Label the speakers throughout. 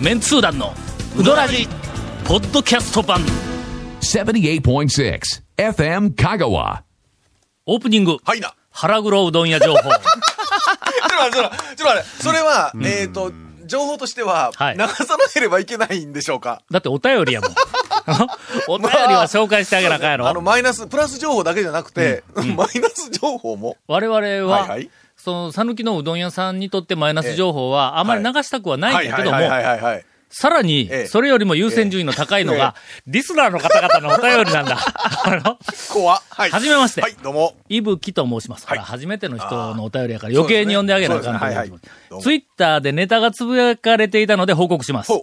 Speaker 1: メンツー団のウドラジポッドキャスト版
Speaker 2: 78.6 FM Kagawa.
Speaker 1: オープニング、
Speaker 3: はいな。
Speaker 1: 腹黒うどん屋情 報
Speaker 3: ちょっと待って、ちょっと待ってちょっと待って、それは、えっと、情報としては、
Speaker 1: はい
Speaker 3: 流さなければいけないんでしょうか
Speaker 1: だってお便りやもん お便りを紹介してあげなあかんやろ、
Speaker 3: あの、マイナス、プラス情報だけじゃなくて、マイナス情報も。
Speaker 1: 我々は、
Speaker 3: はいはい
Speaker 1: その、讃岐のうどん屋さんにとってマイナス情報は、あまり流したくはないんだけども、
Speaker 3: はいはいはいはいはい。
Speaker 1: さらに
Speaker 3: え、え
Speaker 1: それよりも優先順位の高いのが、リスナーの方々のお便りなん だ。 あの、
Speaker 3: 怖はい。
Speaker 1: 初めまして
Speaker 3: はい、どうも。
Speaker 1: いぶきと申します。
Speaker 3: はい
Speaker 1: ほら初めての人のお便りやから余計に呼んであげなあかんなと思って
Speaker 3: そう
Speaker 1: ま
Speaker 3: ですねはいはいど
Speaker 1: す。
Speaker 3: うも
Speaker 1: ツイッターでネタがつぶやかれていたので報告します
Speaker 3: ほう。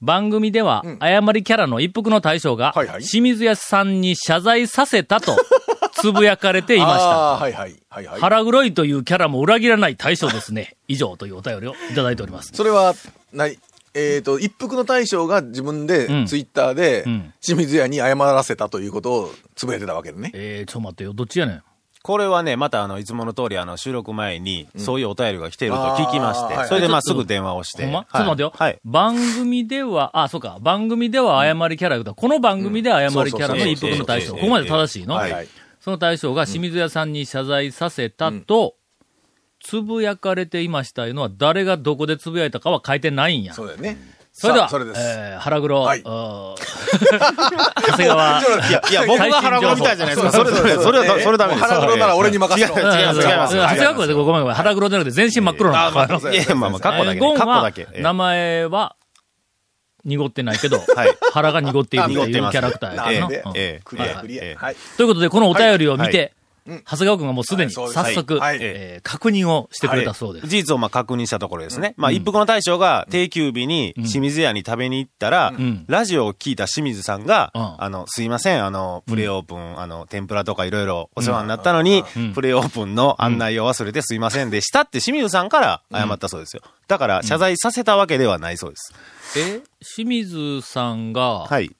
Speaker 1: 番組では、誤りキャラの一服の大将が、
Speaker 3: はいはい
Speaker 1: 清水屋さんに謝罪させたと、 つぶやかれていました。
Speaker 3: あーはいはい。はいはい。
Speaker 1: 腹黒いというキャラも裏切らない大将ですね。以上というお便りをいただいております。
Speaker 3: それは、ない。えっと、一服の大将が自分で
Speaker 1: うん、
Speaker 3: ツイッターで
Speaker 1: ん、
Speaker 3: 清水屋に謝らせたということをつぶやいてたわけでね。
Speaker 1: えー、ちょ待ってよ。どっちやねん。
Speaker 4: これはね、またあの、いつもの通りあの、収録前に、そういうお便りが来ていると
Speaker 3: あー
Speaker 4: 聞きまして、
Speaker 3: はい
Speaker 4: それでまあすぐ電話をして。
Speaker 1: ほんま、
Speaker 4: はい
Speaker 1: ちょっと待ってよ、
Speaker 4: はい。
Speaker 1: 番組では、あ、そうか。番組では誤りキャラ言うたらこの番組では誤りキャラの一服の大将。
Speaker 4: うんそうそうそう
Speaker 1: ここまで正しいの、
Speaker 3: はいはい
Speaker 1: その大将が清水屋さんに謝罪させたと、つぶやかれていましたいうのは、誰がどこでつぶやいたかは書いてないんや。そ
Speaker 3: そうだよね。
Speaker 1: れで
Speaker 3: さ
Speaker 1: は、
Speaker 3: あそれです。
Speaker 1: えー、腹黒、
Speaker 3: はい
Speaker 1: あー長谷 川、
Speaker 4: いや、いや、僕が腹黒みたいじゃないですか。それ、それ、それは、それダメです。
Speaker 3: 腹黒なら俺に任せろ
Speaker 4: 違う、違います、違います。
Speaker 1: うん長谷川君はごめんごめん。腹黒じゃなくて全身真っ黒なの。
Speaker 4: あー、まあ、いや、まあまあ、過去
Speaker 1: え
Speaker 4: だけ
Speaker 1: ー
Speaker 4: ね。
Speaker 1: ゴン
Speaker 4: 過去
Speaker 1: は
Speaker 4: だけ、。え
Speaker 1: 名前は、濁ってないけど、
Speaker 4: い
Speaker 1: 腹が濁っているっていうキ
Speaker 4: 濁ってます
Speaker 1: ャラクターや
Speaker 3: な
Speaker 1: からな。
Speaker 3: んで
Speaker 1: うん、
Speaker 4: ええ
Speaker 3: クリ
Speaker 4: え
Speaker 3: ア
Speaker 4: え
Speaker 3: クリ
Speaker 4: ええ
Speaker 3: ア。はい。
Speaker 1: ということで、このお便りを見
Speaker 4: は
Speaker 1: て、長谷川君がもうすでに
Speaker 3: はいそうです
Speaker 1: 早速、
Speaker 3: はい
Speaker 1: えー確認をしてくれたそうです
Speaker 4: 事。実をまあ確認したところですね。まあ、一服の大将が定休日に清水屋に食べに行ったら、
Speaker 1: ん
Speaker 4: ラジオを聞いた清水さんが、
Speaker 1: うん
Speaker 4: あの、すいません、あの、プレイオープン、あの、天ぷらとかいろいろお世話になったのに、プレイオープンの案内を忘れてすいませんでしたって清水さんから謝ったそうですよ。だから、謝罪させたわけではないそうです。
Speaker 1: え清水さんが、
Speaker 4: はい。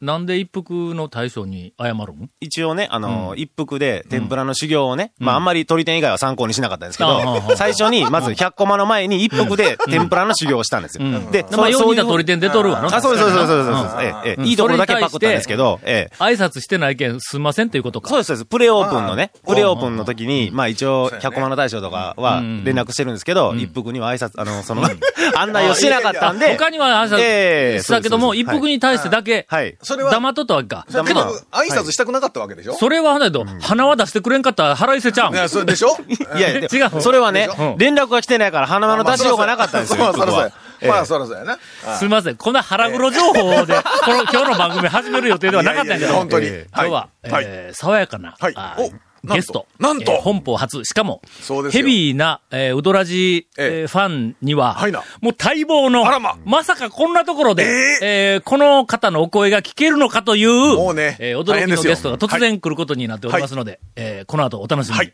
Speaker 1: なんで一服の大将に謝るん
Speaker 4: 一応ね、あの、一服で天ぷらの修行をね、まああんまり鳥天以外は参考にしなかったんですけ
Speaker 1: あああ
Speaker 4: ど
Speaker 1: あ、
Speaker 4: 最初にまず100コマの前に一服で天ぷらの修行をしたんですよ。で、
Speaker 1: まあ、
Speaker 4: う
Speaker 1: 世にいた
Speaker 4: う
Speaker 1: 鳥天出とるわな。
Speaker 4: あ、そうです、そうです、そうですそうです。ええええ、いいところだけパクったんですけど、ええ。
Speaker 1: 挨拶してないけん、すんませんということか。
Speaker 4: そうです、そうです。プレオープンのね、
Speaker 3: ああ
Speaker 4: プレオープンの時に、まあ一応、
Speaker 3: そうやね
Speaker 4: 100コマの大将とかは
Speaker 1: ん
Speaker 4: 連絡してるんですけど、一服には挨拶、あの、その、 案内をしてなかったんで、
Speaker 1: 他には挨
Speaker 4: え
Speaker 1: 拶
Speaker 4: え
Speaker 1: したけど
Speaker 4: そ
Speaker 1: も、
Speaker 4: うです
Speaker 1: 一
Speaker 4: そうです
Speaker 1: 服に対してだけ、
Speaker 4: はい。
Speaker 3: それは、
Speaker 1: 黙っとったわけか。
Speaker 3: それは
Speaker 4: けど
Speaker 3: 挨拶したくなかったわけでしょ
Speaker 1: それは花やと、鼻は出してくれんかったら腹いせちゃう
Speaker 3: い
Speaker 1: ん。
Speaker 3: や、それでしょ
Speaker 4: いや、で
Speaker 1: 違う
Speaker 4: それはね
Speaker 3: でし、
Speaker 4: 連絡が来てないから、花輪の出しようがなかったんですよ。
Speaker 3: まあ、そら
Speaker 4: 一服
Speaker 3: そう
Speaker 4: は
Speaker 3: や。まあ、そらそうやな。
Speaker 1: すみません。こんな腹黒情報で、この今日の番組始める予定ではなかったんやけ
Speaker 3: いやいやい
Speaker 1: ど、
Speaker 3: や本当に。
Speaker 4: え
Speaker 1: 今日は、
Speaker 3: はい。
Speaker 1: えー爽やかな、
Speaker 3: はい
Speaker 1: あ
Speaker 3: お
Speaker 1: ーゲスト。
Speaker 3: なんと
Speaker 1: えー本邦初。しかも
Speaker 3: そう、です
Speaker 1: ヘ
Speaker 3: よ
Speaker 1: ビーな、えーウドラジ、えー
Speaker 3: え
Speaker 1: ファンには、
Speaker 3: はいな
Speaker 1: もう待望の、
Speaker 3: あらま
Speaker 1: さかこんなところで、え
Speaker 3: え
Speaker 1: ーこの方のお声が聞けるのかという、
Speaker 3: もうね
Speaker 1: えー
Speaker 3: 大
Speaker 1: 驚
Speaker 3: 変
Speaker 1: き
Speaker 3: で
Speaker 1: の
Speaker 3: すよ
Speaker 1: ゲストが突然来ることになっておりますので、えーこの後お楽しみに。
Speaker 3: はい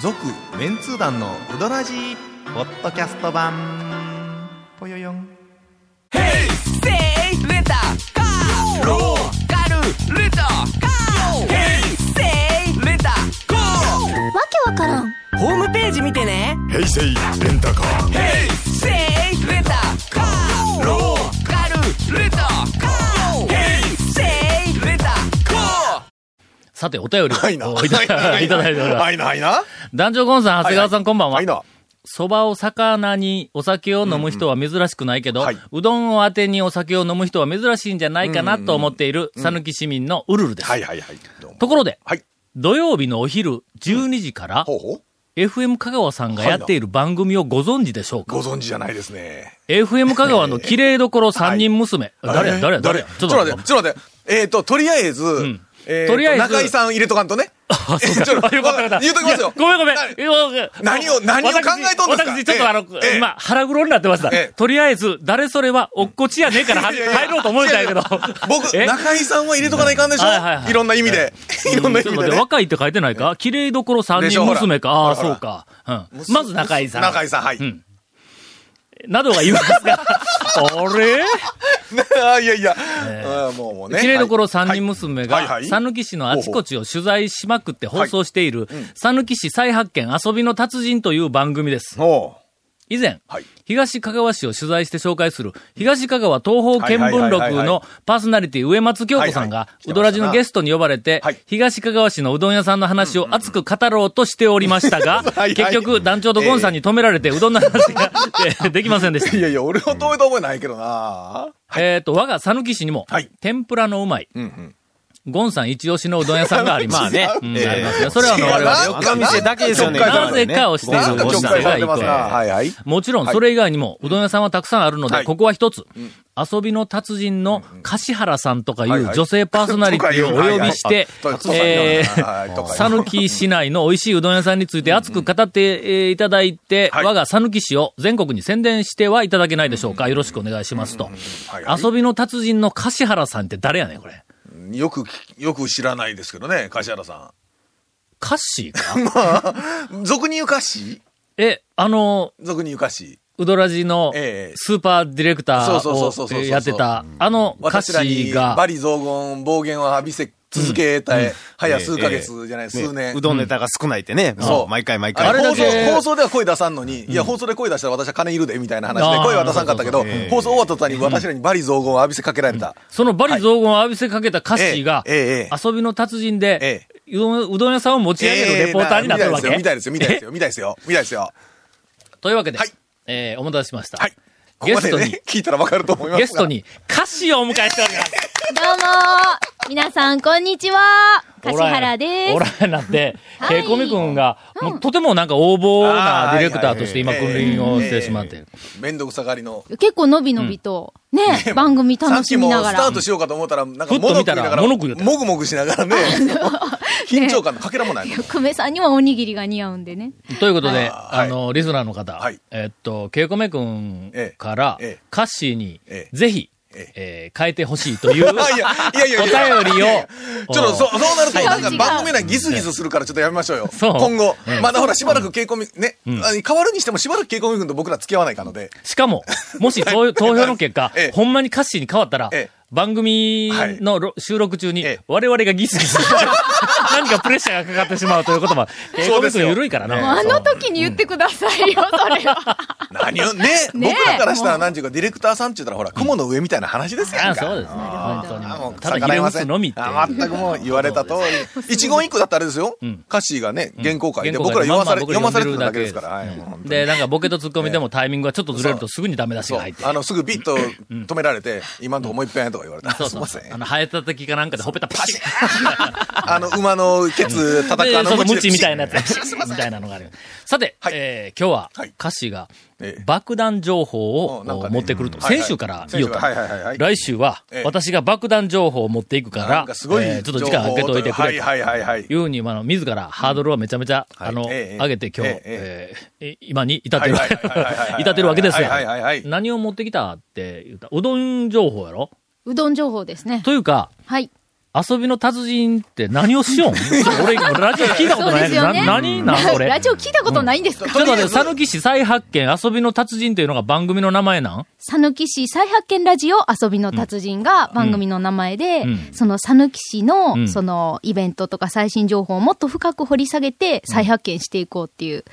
Speaker 5: 続メンツー団のウドラジーポッドキャスト版ぽよよん
Speaker 6: せいレンタカーローカルレンタカーヘイセイレンタカー
Speaker 7: わけわからん
Speaker 6: ホームページ見てね
Speaker 8: 平成レンタカー
Speaker 6: ヘイセイレンタカーローカルレンタカーヘイセイレンタカー
Speaker 1: さて、お便り
Speaker 3: はいな。
Speaker 1: をいただいただいておりま
Speaker 3: は
Speaker 1: す。
Speaker 3: いな、はいな。
Speaker 1: 団長ゴンさん、長谷川さん、こんばん
Speaker 3: は。
Speaker 1: はい
Speaker 3: な。
Speaker 1: そばを魚にお酒を飲む人は珍しくないけど、う
Speaker 3: はい
Speaker 1: どんを当てにお酒を飲む人は珍しいんじゃないかなと思っている、さぬき市民のウルルです。
Speaker 3: はいはいはい。どうも。
Speaker 1: ところで、
Speaker 3: はい。
Speaker 1: 土曜日のお昼12時から、
Speaker 3: ほうほう。
Speaker 1: FM 香川さんがやっている番組をご存知でしょうか、
Speaker 3: ご存知じゃないですね。
Speaker 1: ?FM 香川の綺麗どころ3人娘。誰や
Speaker 3: えー
Speaker 1: 誰や誰
Speaker 3: 誰
Speaker 1: や
Speaker 3: ちょっと待って、ちょっと待って。えっと、とりあえず、えー
Speaker 1: とりあえず
Speaker 3: 中井さん入れとかんとね。
Speaker 1: あ、そうか。
Speaker 3: ちょっと
Speaker 1: よかったよかった
Speaker 3: 言うときますよ
Speaker 1: いやごめんごめん。
Speaker 3: 何
Speaker 1: いや
Speaker 3: 何を何を考えとんですか
Speaker 1: 私、私ちょっとあの、
Speaker 3: ええ
Speaker 1: 今、腹黒になってました。
Speaker 3: ええ
Speaker 1: とりあえず、誰それは、おっこちやねえからは
Speaker 3: いやいや
Speaker 1: 入ろうと思えたんやけど。
Speaker 3: 僕、
Speaker 1: え
Speaker 3: 中井さんは入れとかないかんでし
Speaker 1: うんはいはいは
Speaker 3: ょ
Speaker 1: い
Speaker 3: いろんな意味で。いろんな意
Speaker 1: ちょっと待
Speaker 3: 味で
Speaker 1: って
Speaker 3: ね。
Speaker 1: 若いって書いてないか綺麗どころ三
Speaker 3: でし
Speaker 1: 人
Speaker 3: ょほら
Speaker 1: 娘か。ああ、
Speaker 3: ほら
Speaker 1: そうか。うん。まず中井さん。
Speaker 3: 中井さん、はい。
Speaker 1: んなどが言い ますが、あれ
Speaker 3: あいやいや、あもうもうね。
Speaker 1: 綺麗どころ三
Speaker 3: はい
Speaker 1: 人娘
Speaker 3: はいは
Speaker 1: が、
Speaker 3: い
Speaker 1: 讃岐市のあちこちを取材しまくって放送している、讃岐市再発見遊びの達人という番組です。
Speaker 3: おう
Speaker 1: 以前、
Speaker 3: はい
Speaker 1: 東かがわ市を取材して紹介する、東かがわ東方見聞
Speaker 3: はいはいはい
Speaker 1: 録
Speaker 3: はいは
Speaker 1: のパーソナリティ上松京子さん
Speaker 3: はい
Speaker 1: が
Speaker 3: は、い来てました
Speaker 1: う
Speaker 3: な
Speaker 1: どらじのゲストに呼ばれて
Speaker 3: はい、
Speaker 1: 東かがわ市のうどん屋さんの話を熱く語ろうとしておりましたが
Speaker 3: はいは、い
Speaker 1: 結局団長とゴンさんに止められてうどんの話が でできませんでした。
Speaker 3: いやいや、俺はどういうと思えないけどな
Speaker 1: えっと、我が讃岐市にも
Speaker 3: はい、
Speaker 1: 天ぷらのうまい、
Speaker 3: うんうん。
Speaker 1: ゴンさん一押しのうどん屋さんがあります。
Speaker 4: ま あね。
Speaker 1: うん
Speaker 4: ええ
Speaker 1: ありますね。それはあの、
Speaker 3: 違う
Speaker 1: 我々
Speaker 4: あの店だけですよね。
Speaker 3: なんか
Speaker 1: なぜかをしている
Speaker 3: なんか
Speaker 1: お
Speaker 3: 曲
Speaker 1: 店
Speaker 3: 解さ
Speaker 1: が
Speaker 3: れ
Speaker 1: いて
Speaker 3: てますな。はいはい。
Speaker 1: もちろん、それ以外にも、うどん屋さんはたくさんあるので、
Speaker 3: はい
Speaker 1: ここは一つ、遊びの達人の樫原さんとかい
Speaker 3: はいは
Speaker 1: う
Speaker 3: い
Speaker 1: 女性パーソナリティをお呼びして
Speaker 3: とか、い
Speaker 1: え
Speaker 3: うはいと
Speaker 1: ー、
Speaker 3: か
Speaker 1: さぬき市内の美味しいうどん屋さんについて熱く語ってえーいただいて、
Speaker 3: はい
Speaker 1: 我がさぬき市を全国に宣伝してはいただけないでしょうか。よろしくお願いしますと。
Speaker 3: はいはい
Speaker 1: 遊びの達人の樫原さんって誰やねん、こ れ。
Speaker 3: よく聞き、よく知らないですけどね、柏原さ
Speaker 1: カッシーか
Speaker 3: ん。 俗に言う歌詞
Speaker 1: え、あの、
Speaker 3: 俗に言う歌詞。
Speaker 1: うどらじの
Speaker 3: ええ
Speaker 1: スーパーディレクタ
Speaker 3: そうそうそう
Speaker 1: ー
Speaker 3: そうそう
Speaker 1: を
Speaker 3: そう
Speaker 1: やってた、あの歌
Speaker 3: 私ら
Speaker 1: 詞
Speaker 3: に
Speaker 1: が。
Speaker 3: バリ雑言、暴言を浴びせ続けたい、早数ヶ月じゃない、数年
Speaker 4: う。どんネタが少ないってね。
Speaker 3: そう
Speaker 4: 毎回毎回。
Speaker 3: あれ
Speaker 1: だ
Speaker 3: 放
Speaker 1: け
Speaker 3: 送、放送では声出さんのに、いや、放送で声出したら私は金いるで、みたいな話
Speaker 1: あー
Speaker 3: で、声は出さんかったけど
Speaker 4: そうそうそう、
Speaker 3: 放送終わった途端に私らにバリ雑言を浴びせかけられた。
Speaker 1: そのバリ雑言を浴びせかけた歌詞が、
Speaker 3: ええええ
Speaker 1: 遊びの達人で
Speaker 3: え、
Speaker 1: うどんうどん屋さんを持ち上げるレポーターになってるわけ。
Speaker 3: みたいですよ、みたいですよ、みたいですよ、みたいですよ。
Speaker 1: というわけで、
Speaker 3: はい
Speaker 1: えーお待たせしました。
Speaker 3: はい。こ
Speaker 1: ゲ
Speaker 3: こ
Speaker 1: ス
Speaker 3: で
Speaker 1: トに、
Speaker 3: ね、聞いたらわかると思いますが。
Speaker 1: ゲストに歌詞をお迎えしております。
Speaker 7: どうも皆さん、こんにちは柏原です。
Speaker 1: おらへんなって、
Speaker 7: は
Speaker 1: ケイ
Speaker 7: い
Speaker 1: コミ君が、もうとてもなんか横暴な
Speaker 3: あ
Speaker 1: デ
Speaker 3: ー
Speaker 1: ィレクターとして今
Speaker 3: はいはい
Speaker 1: 君臨をしてしまっている。
Speaker 3: めんどくさがりの。
Speaker 7: 結構のびのびと、ね、番組
Speaker 3: さっ
Speaker 7: 楽
Speaker 3: き
Speaker 7: しみ
Speaker 3: も
Speaker 7: な
Speaker 3: ス
Speaker 7: が
Speaker 3: タ
Speaker 7: ら
Speaker 3: ー。トしようかと思ったら、なん
Speaker 1: ふ
Speaker 3: か
Speaker 1: っと
Speaker 3: 物
Speaker 1: 見
Speaker 3: 食い
Speaker 1: た
Speaker 3: な
Speaker 1: ら
Speaker 3: がら、
Speaker 1: 物食いよった
Speaker 3: もぐもぐしながら ね、緊張感のかけらもないもん。
Speaker 7: 久米さんにはおにぎりが似合うんでね。
Speaker 1: ということで、
Speaker 3: あーは
Speaker 1: あ
Speaker 3: い
Speaker 1: の、リスナーの方
Speaker 3: はい、
Speaker 1: えっと、ケイコメ君から
Speaker 3: ええええ、
Speaker 1: 歌詞に
Speaker 3: え、え
Speaker 1: ぜひ、
Speaker 3: え
Speaker 1: えー変えてほしいという、
Speaker 3: あ いやいやいやいや
Speaker 1: お便りを
Speaker 3: いやいやちょっと、そう、そうなると、
Speaker 7: 違う
Speaker 3: なんか
Speaker 7: 違う
Speaker 3: 番組内ギスギスするからちょっとやめましょうよ。
Speaker 1: そう
Speaker 3: 今後
Speaker 1: ええ。
Speaker 3: まだほら、しばらく稽古み、ね、あの変わるにしてもしばらく稽古み君と僕ら付き合わないか ので。
Speaker 1: しか も、もし投投票の結果
Speaker 3: ええ、
Speaker 1: ほんまに歌詞に変わったら
Speaker 3: ええ、
Speaker 1: 番組のろ収録中に
Speaker 3: ええ、
Speaker 1: 我々がギスギスして、 何かプレッシャーがかかってしまうということは、結
Speaker 3: そう
Speaker 1: 構
Speaker 3: ですよ
Speaker 1: 緩いから
Speaker 7: もうあ
Speaker 1: な。
Speaker 7: の時に言ってくださいよ、それは。
Speaker 3: 何を、ね、
Speaker 7: ねえ
Speaker 3: 僕らからしたらなんていうか、ディレクターさんって言ったらほら、雲の上みたいな話ですや
Speaker 1: あ
Speaker 3: んか。
Speaker 1: そうですね。本当
Speaker 3: あもう
Speaker 1: に。ただ、入
Speaker 3: 逆ら
Speaker 1: れ
Speaker 3: えま
Speaker 1: 打
Speaker 3: せ
Speaker 1: つ
Speaker 3: ん
Speaker 1: のみっていう。
Speaker 3: あ全くもう言われ た通り。一言一句だったらあれですよ。歌詞がね、原稿書いて、
Speaker 1: 原稿
Speaker 3: 僕
Speaker 1: 書いて
Speaker 3: ら読まされ、
Speaker 1: まあまあ
Speaker 3: 読ま
Speaker 1: 僕
Speaker 3: さ
Speaker 1: ら
Speaker 3: れてるだ
Speaker 1: 読んでるだけ
Speaker 3: けですから。はいもう本当に
Speaker 1: で、なんかボケとツッコミでもタイミングがちょっとずれるとすぐにダメ出し
Speaker 3: そ
Speaker 1: が
Speaker 3: う
Speaker 1: 入って。
Speaker 3: あの、すぐビッと止められて、今んとこもう一遍やとか言われた。
Speaker 1: そう
Speaker 3: すい
Speaker 1: そう
Speaker 3: ません。
Speaker 1: あの、生えたきかなんかでほっぺたパシッ
Speaker 3: あの、馬のケツ叩
Speaker 1: で、
Speaker 3: くあの
Speaker 1: そのムチ
Speaker 3: で
Speaker 1: みたいなやつ、みたいなのがある。さて、
Speaker 3: はい
Speaker 1: えー今日は
Speaker 3: はい
Speaker 1: 歌詞が
Speaker 3: ええ
Speaker 1: 爆弾情報を
Speaker 3: おなんかね
Speaker 1: 持ってくると。
Speaker 3: うんはいはい
Speaker 1: 先週から言おう
Speaker 3: 先週はいはいはいは
Speaker 1: と。
Speaker 3: い
Speaker 1: 来週は
Speaker 3: ええ
Speaker 1: 私が爆弾情報を持っていくか
Speaker 3: なん
Speaker 1: ら、
Speaker 3: かすごい、
Speaker 1: えーちょっと時間空けといてくれ
Speaker 3: 情
Speaker 1: と
Speaker 3: 報をはいはいはいはい
Speaker 1: い。うふうに、まああの、自らハードルをめちゃめちゃ、あの、
Speaker 3: ええ
Speaker 1: 上げて今日、
Speaker 3: え
Speaker 1: えーい今に至ってる
Speaker 3: はいはいはいはいは、い
Speaker 1: 至ってるわけです
Speaker 3: はいはいは
Speaker 1: が
Speaker 3: い、
Speaker 1: 何を持ってきたって言ったうどん情報やろ
Speaker 7: うどん情報ですね。
Speaker 1: というか、
Speaker 7: はい。
Speaker 1: 遊びの達人って何を しよんちょっと俺、ラジオ聞いたこ
Speaker 7: そ
Speaker 1: と
Speaker 7: う
Speaker 1: な
Speaker 7: で
Speaker 1: いねん
Speaker 7: すよ
Speaker 1: な
Speaker 7: ね。
Speaker 1: 何なんこれ。
Speaker 7: ラジオ聞いたことないんですか
Speaker 1: ちょっと待って、さぬき市再発見、遊びの達人というのが番組の名前なん
Speaker 7: さぬき市再発見ラジオ遊びの達人が番組の名前で、
Speaker 1: うん
Speaker 7: そのさぬき市の、
Speaker 1: うん
Speaker 7: そのイベントとか最新情報をもっと深く掘り下げて再発見していこうっていう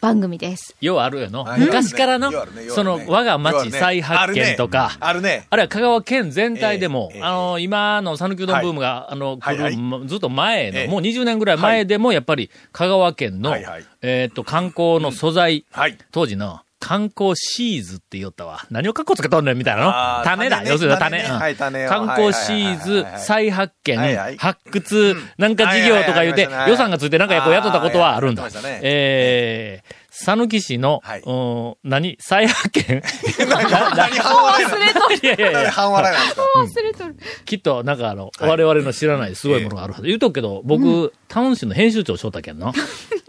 Speaker 7: 番組です。
Speaker 1: ようあるよの。
Speaker 3: あるね
Speaker 1: 昔からの
Speaker 3: ようあるね、ようあ
Speaker 1: そ
Speaker 3: るね
Speaker 1: の、我が
Speaker 3: ようあ
Speaker 1: 町
Speaker 3: るね
Speaker 1: 再発見とか、
Speaker 3: あるね。
Speaker 1: あるいは香川県全体でも
Speaker 3: え、え
Speaker 1: あの、今の讃岐うどんブームが、あの、来
Speaker 3: は
Speaker 1: る
Speaker 3: い
Speaker 1: まずっと前
Speaker 3: ええ
Speaker 1: の、もう20年ぐらい前でも、やっぱり香川県の
Speaker 3: はいはい、
Speaker 1: えっと、観光の素材
Speaker 3: はい、
Speaker 1: 当時の、観光シーズって言おったわ。何をかっこつけとんねんみたいな
Speaker 3: あ
Speaker 1: の
Speaker 3: ー
Speaker 1: 種だ。
Speaker 3: 種ね
Speaker 1: 要するに種。
Speaker 3: 種
Speaker 1: う
Speaker 3: ね
Speaker 1: ん
Speaker 3: はい種を
Speaker 1: 観光シー
Speaker 3: はいはい
Speaker 1: ズ
Speaker 3: はいはい
Speaker 1: 再発見
Speaker 3: はいはい、
Speaker 1: 発掘、なんか事業とか言うて
Speaker 3: はいはいはいありました、ね
Speaker 1: 予算がついてなんかこう雇ったことはあるんだ
Speaker 3: あーやってましたね。
Speaker 1: えー、讃岐市の
Speaker 3: はい、
Speaker 1: うん何再発 見
Speaker 3: 何半
Speaker 7: 忘
Speaker 3: 笑いな
Speaker 7: れとる
Speaker 1: いやいやい
Speaker 3: の
Speaker 1: や。
Speaker 3: 半笑いなんですか
Speaker 7: 忘れとる。
Speaker 1: きっと、なんかあの、我々の知らないすごいものがあるはず。言うとくけど、僕、タウン誌の編集長翔太けんの。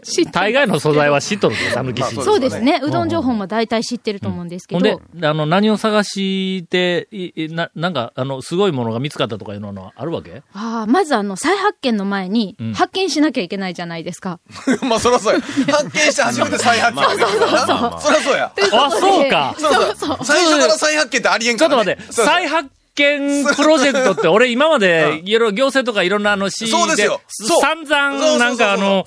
Speaker 7: 知ってる
Speaker 1: 大概の素材は知っとるけど、讃岐市。
Speaker 7: そうですね。うどん情報も大体知ってると思うんですけ
Speaker 1: ほ
Speaker 7: ど、
Speaker 1: んで、あの、何を探して、いいな、なんか、あの、すごいものが見つかったとかいうのはあるわ け
Speaker 7: あーまずあの再発見の前に
Speaker 1: ん
Speaker 7: 発見しなきゃいけないじゃないですか。
Speaker 3: まあ、そらそうや。発見して初めて再発見。そうそうそう。そらそうや。
Speaker 1: あ、そうか
Speaker 3: そらそうや。最初から再発見ってありえん
Speaker 1: ちょ
Speaker 3: か
Speaker 1: っと
Speaker 3: ら
Speaker 1: 待
Speaker 3: ね。
Speaker 1: っ て、再発見プロジェクトって、俺今まで、いろいろ行政とかいろんなあの、市
Speaker 3: そうですよそう
Speaker 1: 散々、なんかあの、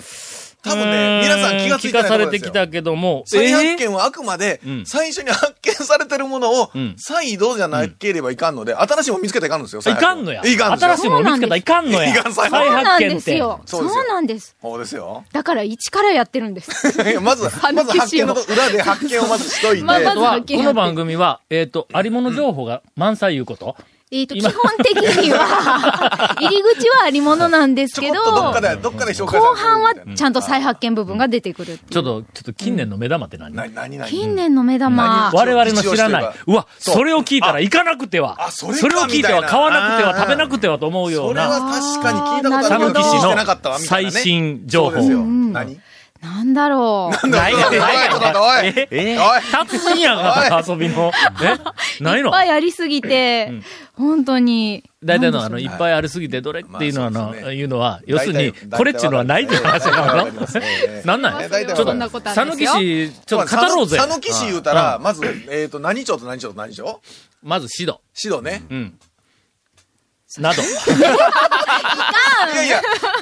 Speaker 3: 多分ね、皆さん気がついて
Speaker 1: 聞
Speaker 3: ない
Speaker 1: か
Speaker 3: と
Speaker 1: さ
Speaker 3: ころ
Speaker 1: れ
Speaker 3: で
Speaker 1: て
Speaker 3: す
Speaker 1: き
Speaker 3: よ。
Speaker 1: たけども、
Speaker 3: 再
Speaker 1: え
Speaker 3: 発
Speaker 1: ー
Speaker 3: 見はあくまで
Speaker 1: うん、
Speaker 3: 最初に発見されてるものを
Speaker 1: うん、
Speaker 3: 再移動じゃなければいかんので、新しいもの見つけていかんのですよ。
Speaker 1: いかんのや。
Speaker 3: いかんのですよ
Speaker 1: 新しいもの見つけたらいかんのや。
Speaker 3: いかん
Speaker 1: 再
Speaker 3: 再
Speaker 7: そう
Speaker 1: 発
Speaker 7: なん
Speaker 1: 見
Speaker 7: で
Speaker 1: っ
Speaker 7: す
Speaker 1: て。
Speaker 7: よ。
Speaker 3: そ
Speaker 7: そう
Speaker 3: ですよ
Speaker 7: うなんです。
Speaker 3: そうですよ。
Speaker 7: だから一からやってる んです。
Speaker 3: まず、まず発見のと、裏で発見をまずしといて。
Speaker 7: まあま
Speaker 1: あと
Speaker 7: ず
Speaker 1: は、
Speaker 7: 発見
Speaker 1: この番組は、えっ、と、ありもの情報が満載いうこと。
Speaker 7: えっと、基本的 には、入り口はありものなんです
Speaker 3: ちょ
Speaker 7: け
Speaker 3: こっ
Speaker 7: ど、
Speaker 3: とどっか
Speaker 7: 後
Speaker 3: で、どっかで紹介されてる
Speaker 7: 半は
Speaker 3: みたいな
Speaker 7: ちゃんと再発見部分が出てくるっていう
Speaker 1: ちょっと、ちょっと近年の目玉って何、
Speaker 3: な、何何
Speaker 7: 近年の目玉。
Speaker 1: 我々の知らな
Speaker 3: 一応
Speaker 1: い
Speaker 3: して。る
Speaker 1: うわ、それを聞いたら行かなくては。
Speaker 3: あそれか
Speaker 1: を聞いては
Speaker 3: みたいな
Speaker 1: 買わなくては食べなくてはと思うよ
Speaker 3: そうれ
Speaker 1: な
Speaker 3: は。確かに聞いたことあ
Speaker 1: 佐
Speaker 3: る
Speaker 1: 野
Speaker 3: けど、
Speaker 1: 騎
Speaker 3: 気
Speaker 1: 士
Speaker 3: にしてなかった
Speaker 1: の
Speaker 3: わ、みたいな、
Speaker 1: 最
Speaker 3: ね。
Speaker 1: 新情
Speaker 3: そう
Speaker 1: 報。
Speaker 3: ですよ。
Speaker 7: ん
Speaker 3: 何
Speaker 7: なんだろう。
Speaker 1: ない
Speaker 3: おい、
Speaker 1: や
Speaker 3: おい、
Speaker 1: ないや
Speaker 3: おい、
Speaker 1: え
Speaker 3: おい、
Speaker 1: 達人やが、遊びの。 え ない
Speaker 7: い
Speaker 1: の
Speaker 7: っぱいありすぎて、本当に。
Speaker 1: 大体の、あ
Speaker 7: なん
Speaker 1: の、
Speaker 7: でし
Speaker 1: い
Speaker 7: ょう
Speaker 1: っぱいありすぎて、どれっていうのは、あ
Speaker 3: まあそう
Speaker 1: の
Speaker 3: ですね
Speaker 1: いうのは、要するに
Speaker 3: 大、体
Speaker 1: これっちゅうのはないっていう話な
Speaker 3: 大体わか
Speaker 1: の
Speaker 3: りますねええ
Speaker 1: なんな
Speaker 7: ま
Speaker 1: ん
Speaker 3: 大
Speaker 7: あ
Speaker 3: 体わかる
Speaker 7: それはそんなことあ
Speaker 1: 佐
Speaker 7: るん
Speaker 1: 野
Speaker 7: です
Speaker 1: 騎
Speaker 7: よ。
Speaker 1: 士、ちょっと語ろうぜ。
Speaker 3: 佐野騎士言うたら、まず、えっと、何町と何町と何町
Speaker 1: まず、シド。
Speaker 3: シドね。
Speaker 1: うん。など。
Speaker 3: いやいや、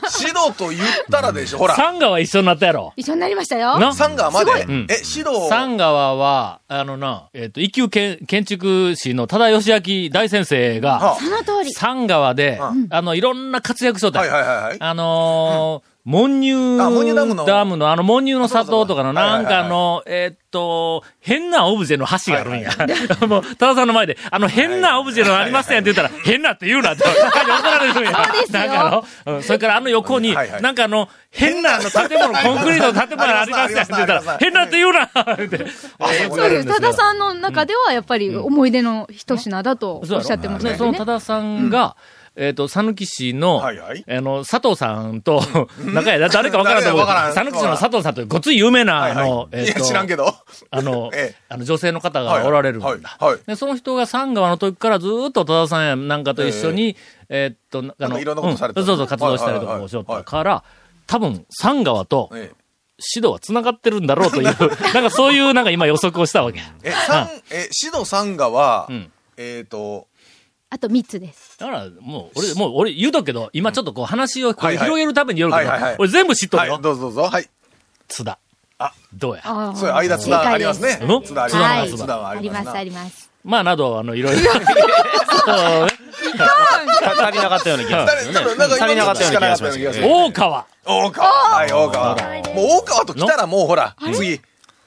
Speaker 3: シドと言ったらでしょ、ほら。
Speaker 1: サンガは一緒になったやろ。
Speaker 7: 一緒になりましたよ。
Speaker 1: な
Speaker 3: サンガーまで。
Speaker 1: ん
Speaker 3: え、シド。
Speaker 1: サンガワは、あのな、えっ、と、一級建建築士の多田義明大先生が、
Speaker 3: は
Speaker 7: その通り。
Speaker 1: サンガワで、
Speaker 3: う
Speaker 1: あの、いろんな活躍しとった
Speaker 3: あ
Speaker 1: ん
Speaker 3: は
Speaker 1: や
Speaker 3: いはいはいはい。
Speaker 1: あのー、モニュ
Speaker 3: あモンニューダムの
Speaker 1: ダムの、あの、モニューの砂糖とかの、
Speaker 3: そうそう
Speaker 1: な
Speaker 3: はい
Speaker 1: んかあの、えーっと、変なオブジェの箸があるんや。 もう、多田さんの前で、あの、変なオブジェのありませんって言ったら、変なって言うなって、なんか怒 られるんや。
Speaker 7: そうですよ
Speaker 1: なんかあの、うんそれからあの横に、
Speaker 3: はいはい
Speaker 1: なんかあの、変なあの建物、コンクリートの建物ありませんって言った
Speaker 3: ありま
Speaker 1: ら、
Speaker 3: す
Speaker 1: 変なって言うなって。え ー
Speaker 7: そうです。多田さんの中では、やっぱり思い出の一品だと
Speaker 1: そうや
Speaker 7: おっ
Speaker 1: ろ
Speaker 7: しゃってました
Speaker 1: ねその
Speaker 7: よね
Speaker 1: 多。田さんが、えっ、と、讃岐市の、
Speaker 3: はいはい
Speaker 1: あの、佐藤さんと、仲や、誰かわからんと思う。
Speaker 3: 誰かわから
Speaker 1: 讃
Speaker 3: ん
Speaker 1: 岐市の佐藤さんというごつい有名な、
Speaker 3: はい
Speaker 1: あの
Speaker 3: は、い。い
Speaker 1: っ、
Speaker 3: や、知らんけ
Speaker 1: と、
Speaker 3: ど。
Speaker 1: あの、
Speaker 3: ええ
Speaker 1: あの女性の方
Speaker 3: はい
Speaker 1: が
Speaker 3: はい
Speaker 1: おられるんだ。
Speaker 3: はいはい
Speaker 1: で、その人が三川の時からずーっと多田さんやなんかと一緒に、えっと、あ
Speaker 3: なん
Speaker 1: の、
Speaker 3: かいろんなことされて
Speaker 1: う
Speaker 3: る
Speaker 1: んそうそう、活動したりとか
Speaker 3: はいはいはい
Speaker 1: もしよったから、多分、三川と、
Speaker 3: ええ
Speaker 1: 指導は繋がってるんだろうという、なんかそういう、なんか今予測をしたわけ。
Speaker 3: え、サン、え、シドサンガは
Speaker 1: うん、
Speaker 3: えっと、
Speaker 7: あと三つです。
Speaker 1: だから、もう、俺、もう、俺、言うとくけど、今ちょっとこう、話をこ
Speaker 3: は
Speaker 1: う
Speaker 3: いはい
Speaker 1: 広げるために言うけど
Speaker 3: はいはいはい、
Speaker 1: 俺全部知っと
Speaker 3: は
Speaker 1: る
Speaker 3: い、
Speaker 1: よ。
Speaker 3: どうぞどうぞ。はい。
Speaker 1: 津田。
Speaker 3: あ
Speaker 1: どうや。
Speaker 7: あー
Speaker 3: そういう間津田ありますね。
Speaker 1: 正解です
Speaker 3: 津田あり
Speaker 1: 津田
Speaker 3: ま
Speaker 1: は
Speaker 3: す。
Speaker 1: 津
Speaker 3: 津
Speaker 1: 田
Speaker 3: 田は
Speaker 7: あ
Speaker 3: あ
Speaker 7: り
Speaker 3: り
Speaker 7: ま
Speaker 3: ます
Speaker 7: す、
Speaker 3: な。
Speaker 7: あります。
Speaker 1: まあ、など、あの、い ろいろ。そうね
Speaker 4: 足りなかったような気がす
Speaker 3: 誰
Speaker 4: る
Speaker 3: ちょっとなんか
Speaker 4: 足りなかったような気がし
Speaker 3: 今のとこしかなかったよ
Speaker 4: ます
Speaker 3: うな気がする
Speaker 1: 大川。
Speaker 3: 大川。はい、大川。もう大川と来たらもうほら、次。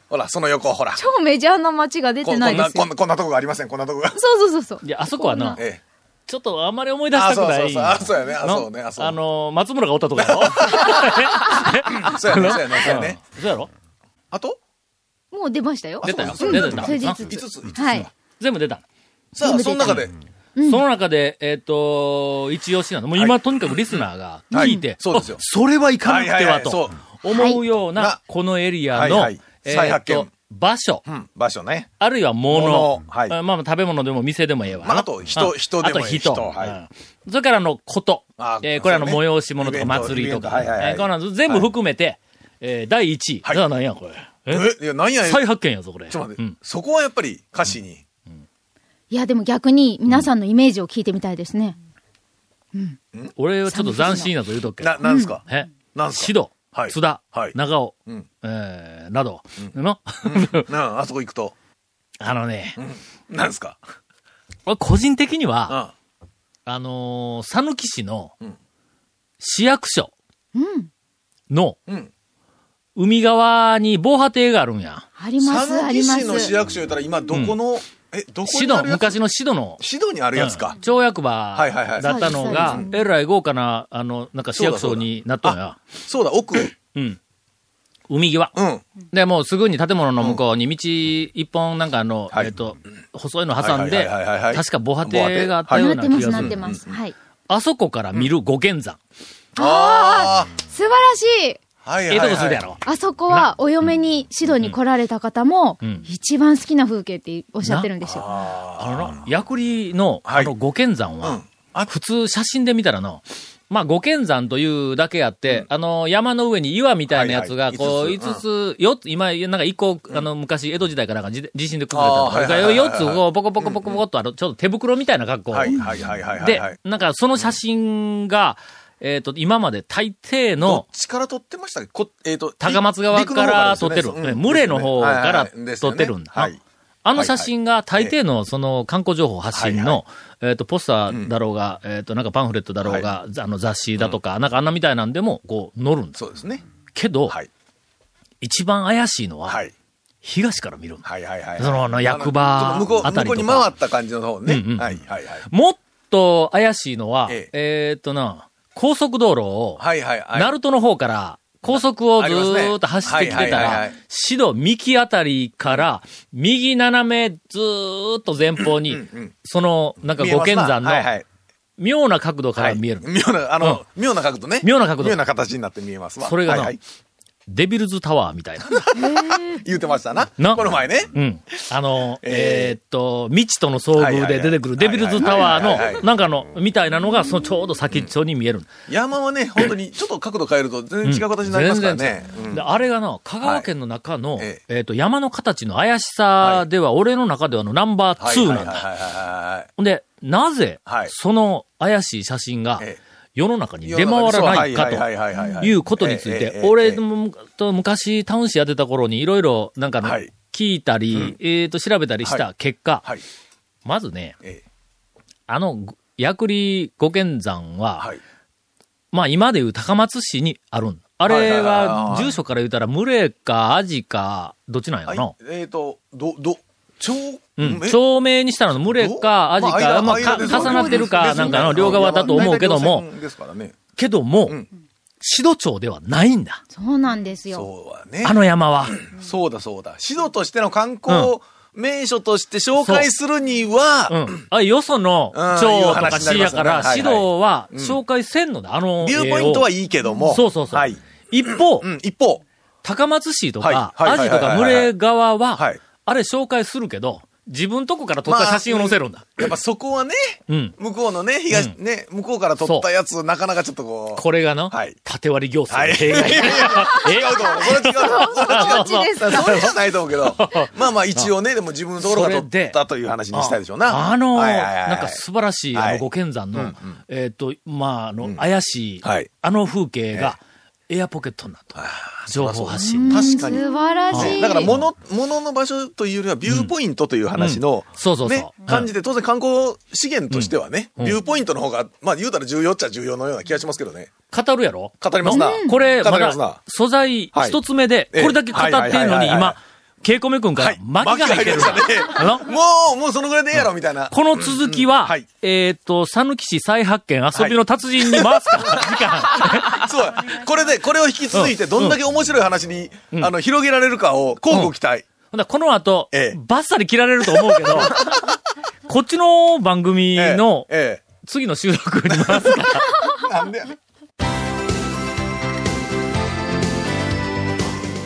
Speaker 3: ほら、その横、ほら。
Speaker 7: 超メジャーな街が出
Speaker 3: こ
Speaker 7: て
Speaker 3: ん
Speaker 7: ないで
Speaker 3: な、
Speaker 7: すよ
Speaker 3: こん。な、こんなとこがありません、こんなとこが。
Speaker 7: そうそうそうそう。
Speaker 1: いや、あそこはな、
Speaker 3: ええ。
Speaker 1: ちょっとあんまり思い出したくない。
Speaker 3: あそうそうそうあそうやねあ
Speaker 1: な
Speaker 3: そうねあそう
Speaker 1: あの、松村がおったとこや ろ
Speaker 3: そうやね、そうやね、そうや
Speaker 1: うん
Speaker 3: ね。
Speaker 1: そうやろ
Speaker 3: あと
Speaker 7: もう出ましたよ。
Speaker 1: 出たよ
Speaker 7: うん
Speaker 1: 出た出た
Speaker 7: それで
Speaker 1: あ
Speaker 7: 5つ。
Speaker 3: 五つ五つ
Speaker 7: はい。
Speaker 1: 全部出た。
Speaker 3: さあ、その中で。
Speaker 1: その中で、えっと、一押しなの。もう今、とにかくリスナーが聞いて、
Speaker 3: そうですよ
Speaker 1: あそれは行かなくては
Speaker 3: はいはい
Speaker 1: と
Speaker 3: はい
Speaker 1: 思うよう
Speaker 3: はい
Speaker 1: な
Speaker 3: な、
Speaker 1: このエリア
Speaker 3: はい
Speaker 1: の
Speaker 3: はい、
Speaker 1: え
Speaker 3: 再
Speaker 1: っ
Speaker 3: 発見
Speaker 1: と、場所。
Speaker 3: うん、場所ね。
Speaker 1: あるいは物
Speaker 3: 物。はい
Speaker 1: まあまあ食べ物でも店でもええわな。
Speaker 3: まああと人
Speaker 1: うん
Speaker 3: 人でも
Speaker 1: あ
Speaker 3: ええ
Speaker 1: と人。
Speaker 3: 人はい
Speaker 1: うんそれからあのこと。
Speaker 3: あ
Speaker 1: えーこれあの
Speaker 3: そうね
Speaker 1: 催し物とか
Speaker 3: イベント
Speaker 1: 祭りとか。
Speaker 3: イベントはいはいはい
Speaker 1: えーこんなの全部含めて、えー第1位。
Speaker 3: はい
Speaker 1: じゃあ何やこれ。
Speaker 3: え
Speaker 1: え、
Speaker 3: いや、なんや、ちょ
Speaker 1: 再
Speaker 3: っ
Speaker 1: 発見やぞこれ。
Speaker 3: と待って
Speaker 1: うん。
Speaker 3: そこはやっぱり歌詞に。
Speaker 7: いや、でも逆に皆さんのイメージを聞いてみたいですね。
Speaker 1: 俺はちょっと斬新なと言うとくけど
Speaker 3: な、。なんすか
Speaker 1: え
Speaker 3: なんすか
Speaker 1: シド
Speaker 3: はい
Speaker 1: 津田
Speaker 3: はい。
Speaker 1: 長尾。
Speaker 3: うん。
Speaker 1: えーなど。の
Speaker 3: なあ、あそこ行くと。
Speaker 1: あのね、
Speaker 3: なんすか
Speaker 1: 俺個人的には、
Speaker 3: あ
Speaker 1: あのー、讃岐市の
Speaker 3: うん、
Speaker 1: 市役所
Speaker 7: うん。
Speaker 1: の
Speaker 3: うん、
Speaker 1: 海側に防波堤があるんや。
Speaker 7: あります、あ
Speaker 3: 讃
Speaker 7: り
Speaker 3: 岐
Speaker 7: ま
Speaker 3: 市の市
Speaker 7: す。
Speaker 3: 役所言ったら今どこの、え、どこ
Speaker 1: シ
Speaker 3: にあ
Speaker 1: ド、
Speaker 3: るやつ
Speaker 1: 昔のシドの、
Speaker 3: シドにあるやつか
Speaker 1: うん。町役場
Speaker 3: はいはいはい
Speaker 1: だったの
Speaker 7: そ
Speaker 1: が
Speaker 7: うです、
Speaker 1: えらい豪華な、あの、なんか市役所になったんや。
Speaker 3: そうだ、奥。う
Speaker 1: うん。海際。
Speaker 3: ん。
Speaker 1: で、もうすぐに建物の向こうに道一本なんかあの、
Speaker 3: はい
Speaker 1: えっと、細いの挟んで、
Speaker 3: はいはいはいはいはい
Speaker 1: 確か防波堤があったよ
Speaker 7: な
Speaker 1: う
Speaker 7: っ
Speaker 1: な
Speaker 7: て
Speaker 1: 気が
Speaker 7: ますす、
Speaker 1: る。
Speaker 7: なってます。はい。
Speaker 1: あそこから見る五軒山。
Speaker 3: あ
Speaker 7: 素晴らしい
Speaker 3: あ。はい
Speaker 1: え
Speaker 3: は
Speaker 1: え
Speaker 3: い、
Speaker 1: と
Speaker 3: はい。
Speaker 1: こするやろ。
Speaker 7: あそこはお嫁にシドに来られた方も
Speaker 1: ん、
Speaker 7: 一番好きな風景っておっしゃってるんですよ。
Speaker 1: あのな、薬理の、
Speaker 3: はい
Speaker 1: あの、五剣山は、
Speaker 3: うんあ
Speaker 1: 普通写真で見たらの、まあ、五剣山というだけあって、あの、山の上に岩みたいなやつが、
Speaker 3: はいはい
Speaker 1: こう、
Speaker 3: 五つ
Speaker 1: 5つ、四つ、今、なんか一個、あの、昔、江戸時代からなんか地地震で崩れたと
Speaker 3: あーはい
Speaker 1: か、
Speaker 3: はいはいはい
Speaker 1: 4つ、こう、ポコポコポコポコっと、あの、ちょっと手袋みたいな格好。
Speaker 3: はいはいはいはいはい。
Speaker 1: で、なんかその写真が、えっ、と、今まで大抵
Speaker 3: どっ
Speaker 1: の
Speaker 3: ちから撮ってましたっけこ、えっ、と、
Speaker 1: 高松側から撮ってる。群れの方から撮ってるんだ。
Speaker 3: はい。はい
Speaker 1: あの写真が大抵のその観光情報発信
Speaker 3: はい
Speaker 1: の、えっと、ポスターだろうが、えっと、なんかパンフレットだろうが、あの雑誌だとか、なんかあんなみたいなんでも、こう、載るんだ。
Speaker 3: そうですね。
Speaker 1: けど、
Speaker 3: はい。
Speaker 1: 一番怪しいのは
Speaker 3: は、い。
Speaker 1: 東から見るんだ。
Speaker 3: はいはいはい。
Speaker 1: そのあの役場
Speaker 3: あのちょっと向こう、
Speaker 1: あた
Speaker 3: 向
Speaker 1: り
Speaker 3: ことう
Speaker 1: か
Speaker 3: に回った感じの方ね。
Speaker 1: うんうん
Speaker 3: はいはいはい。
Speaker 1: もっと怪しいのは、
Speaker 3: え
Speaker 1: えっとな、高速道路を、
Speaker 3: はいはいはい。
Speaker 1: 鳴門の方から、高速をずーっと走ってき
Speaker 3: あ
Speaker 1: て
Speaker 3: り
Speaker 1: た
Speaker 3: ますねはいはいはい
Speaker 1: ら
Speaker 3: はい、
Speaker 1: 指導幹あたりから、右斜めずーっと前方に
Speaker 3: うんうん、
Speaker 1: その、なんか
Speaker 3: 見え
Speaker 1: 五
Speaker 3: ます
Speaker 1: 剣
Speaker 3: な
Speaker 1: 山の
Speaker 3: はいはい
Speaker 1: 妙な角度か
Speaker 3: は
Speaker 1: ら
Speaker 3: い
Speaker 1: 見える。
Speaker 3: 妙な、あの、妙な角度ね。
Speaker 1: 妙な角度
Speaker 3: 妙な形になって見えますわ。
Speaker 1: それがな
Speaker 3: はいはい
Speaker 1: デビルズタワーみ たいな。
Speaker 3: 言ってましたな。
Speaker 1: な
Speaker 3: この前ね。
Speaker 1: うん。あの、
Speaker 3: えー
Speaker 1: えーっと、未知との遭遇で出てくる
Speaker 3: はい
Speaker 1: デ
Speaker 3: は
Speaker 1: ビ
Speaker 3: いはい
Speaker 1: ルズタワ
Speaker 3: はいはい
Speaker 1: ー
Speaker 3: は
Speaker 1: の、
Speaker 3: い
Speaker 1: なんかの、みたいなのが、そのちょうど先っちょに見える。
Speaker 3: 山はね、本当にちょっと角度変えると全然違う形になりますからね。うん
Speaker 1: であれがな、香川県の中の、
Speaker 3: はいえ
Speaker 1: えーっと、山の形の怪しさでは、俺の中ではのナンバー2なんだ。
Speaker 3: はいはいはいはい
Speaker 1: ほんで、なぜ
Speaker 3: は、い
Speaker 1: その怪しい写真が
Speaker 3: ええ
Speaker 1: 世の中に出回らないか
Speaker 3: 世の中にそうはいはいはいは
Speaker 1: と
Speaker 3: い
Speaker 1: いうことについ
Speaker 3: えええ
Speaker 1: て
Speaker 3: え、
Speaker 1: 俺
Speaker 3: ええ
Speaker 1: もと昔タウン誌やってた頃にいろいろなんかの
Speaker 3: はい
Speaker 1: 聞いたり、えっと、調べたりした結果、
Speaker 3: はい。
Speaker 1: まずね、
Speaker 3: え
Speaker 1: あの、薬栗五剣山
Speaker 3: え
Speaker 1: は
Speaker 3: は、い。
Speaker 1: まあ今でいう高松市にあるんあ
Speaker 3: はいは
Speaker 1: れ
Speaker 3: いはい
Speaker 1: は
Speaker 3: は、い
Speaker 1: 住所から言うたら、群れか、アジか、どっちなんやろな
Speaker 3: はい。えっと、ど、ど、超、
Speaker 1: うん、
Speaker 3: え
Speaker 1: 町名にしたら、群れか、アジ
Speaker 3: まあ
Speaker 1: か、
Speaker 3: 間
Speaker 1: まあ、か
Speaker 3: 間ですよね
Speaker 1: 重なってるか、なんかの両側だと思うけども
Speaker 3: 大体、稜線ですからね。
Speaker 1: けども、
Speaker 3: ん
Speaker 1: シド町ではないんだ。
Speaker 7: そうなんですよ。
Speaker 3: そうはね。
Speaker 1: あの山は。
Speaker 3: そうだそうだ。指導としての観光名所として紹介するには、
Speaker 1: うん。あ、よその
Speaker 3: うん
Speaker 1: 町とか市やか
Speaker 3: い
Speaker 1: ら、シ
Speaker 3: う話になりますよねはい
Speaker 1: ドは紹介せんのだ、あの。
Speaker 3: ビューポイントはい
Speaker 1: い
Speaker 3: いけども。
Speaker 1: そうそうそう。
Speaker 3: はい。
Speaker 1: 一方、
Speaker 3: うん、一方。
Speaker 1: 高松市とか、
Speaker 3: はいは
Speaker 1: ア
Speaker 3: いは
Speaker 1: ジ
Speaker 3: い
Speaker 1: と
Speaker 3: はいはい
Speaker 1: か群れ側は、
Speaker 3: はい
Speaker 1: あれ紹介するけど、自分とこから撮った写真を載せるんだ。
Speaker 3: やっぱそこはね、
Speaker 1: うん。
Speaker 3: 向こうのね、東、
Speaker 1: う
Speaker 3: ね、向こうから撮ったやつ、なかなかちょっとこう。
Speaker 1: これがの、
Speaker 3: はい
Speaker 1: 縦割り行
Speaker 3: はい。
Speaker 1: 政
Speaker 3: い
Speaker 1: 弊
Speaker 3: や
Speaker 1: 害
Speaker 3: い や、違うと思う。それ違うと思う。それ違うと思
Speaker 7: こっ
Speaker 3: う。
Speaker 7: ちです
Speaker 3: だから
Speaker 7: か。
Speaker 3: それじゃないと思うけど。まあまあ一応ね、でも自分のところが取ったという話にしたいでしょうな。
Speaker 1: あの、
Speaker 3: はいはいはいはい
Speaker 1: なんか素晴らしい、あ
Speaker 3: は
Speaker 1: の、
Speaker 3: い
Speaker 1: 五剣山の、
Speaker 3: うんうん
Speaker 1: えっ、と、まあ、あの、
Speaker 3: ん
Speaker 1: 怪しい、
Speaker 3: はい
Speaker 1: あの風景が、エアポケットになった。情報発信。
Speaker 3: 確かに
Speaker 7: 素晴らしい。
Speaker 3: だから、もの、ものの場所というよりは、ビューポイントという話の、
Speaker 1: うんそうそうそう
Speaker 3: ね、感じで、当然観光資源としてはね、
Speaker 1: ん
Speaker 3: ビューポイントの方が、まあ言うたら重要っちゃ重要のような気がしますけどね。
Speaker 1: 語るやろ
Speaker 3: 語りますな
Speaker 1: うんこれ、
Speaker 3: 語
Speaker 1: ま
Speaker 3: りますな
Speaker 1: だ、素材
Speaker 3: はい
Speaker 1: 一つ目で、
Speaker 3: ええ
Speaker 1: これだけ語ってるの
Speaker 3: は
Speaker 1: に、
Speaker 3: いはいはいはい
Speaker 1: 今、ケイコメ君か
Speaker 3: は
Speaker 1: ら
Speaker 3: い
Speaker 1: 巻きが入ってる
Speaker 3: 巻きが入りましたね
Speaker 1: あの
Speaker 3: もう、もうそのぐらいでええやろ、みたいな。
Speaker 1: この続きは、
Speaker 3: うんはい
Speaker 1: えっ、と、讃岐市再発見遊びの達人に回すから、時間。
Speaker 3: そうやこれで、これを引き継いで、どんだけ面白い話に、あの、広げられるかを、交互期待。
Speaker 1: ほんならこの後、
Speaker 3: ええ
Speaker 1: バッサリ切られると思うけ ど、こっちの番組
Speaker 3: ええ
Speaker 1: の
Speaker 3: え
Speaker 1: 次の収録に回すから。
Speaker 3: え。なんでやねん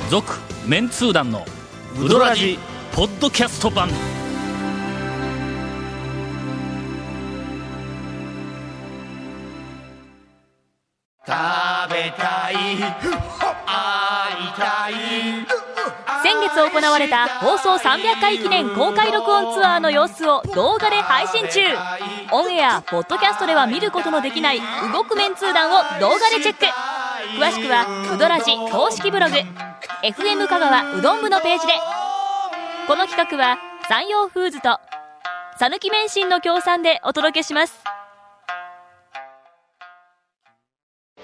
Speaker 1: 続、メンツー団の、ウドラジ、ポッドキャスト版。
Speaker 9: 先月行われた放送300回記念公開録音ツアーの様子を動画で配信中オンエアポッドキャストでは見ることのできない動く面通談を動画でチェック詳しくはうどらじ公式ブログ FM 香川うどん部のページでこの企画は山陽フーズと讃岐免震の協賛でお届けします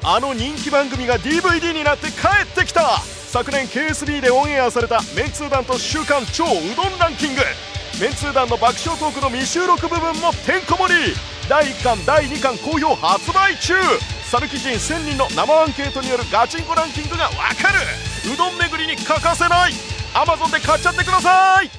Speaker 10: あの人気番組が DVD になって帰ってきた昨年 KSB でオンエアされた「メンツー団と週刊超うどんランキング」メンツー団の爆笑トークの未収録部分もてんこ盛り第1巻第2巻好評発売中サルキ人1000人の生アンケートによるガチンコランキングがわかるうどん巡りに欠かせない Amazon で買っちゃってください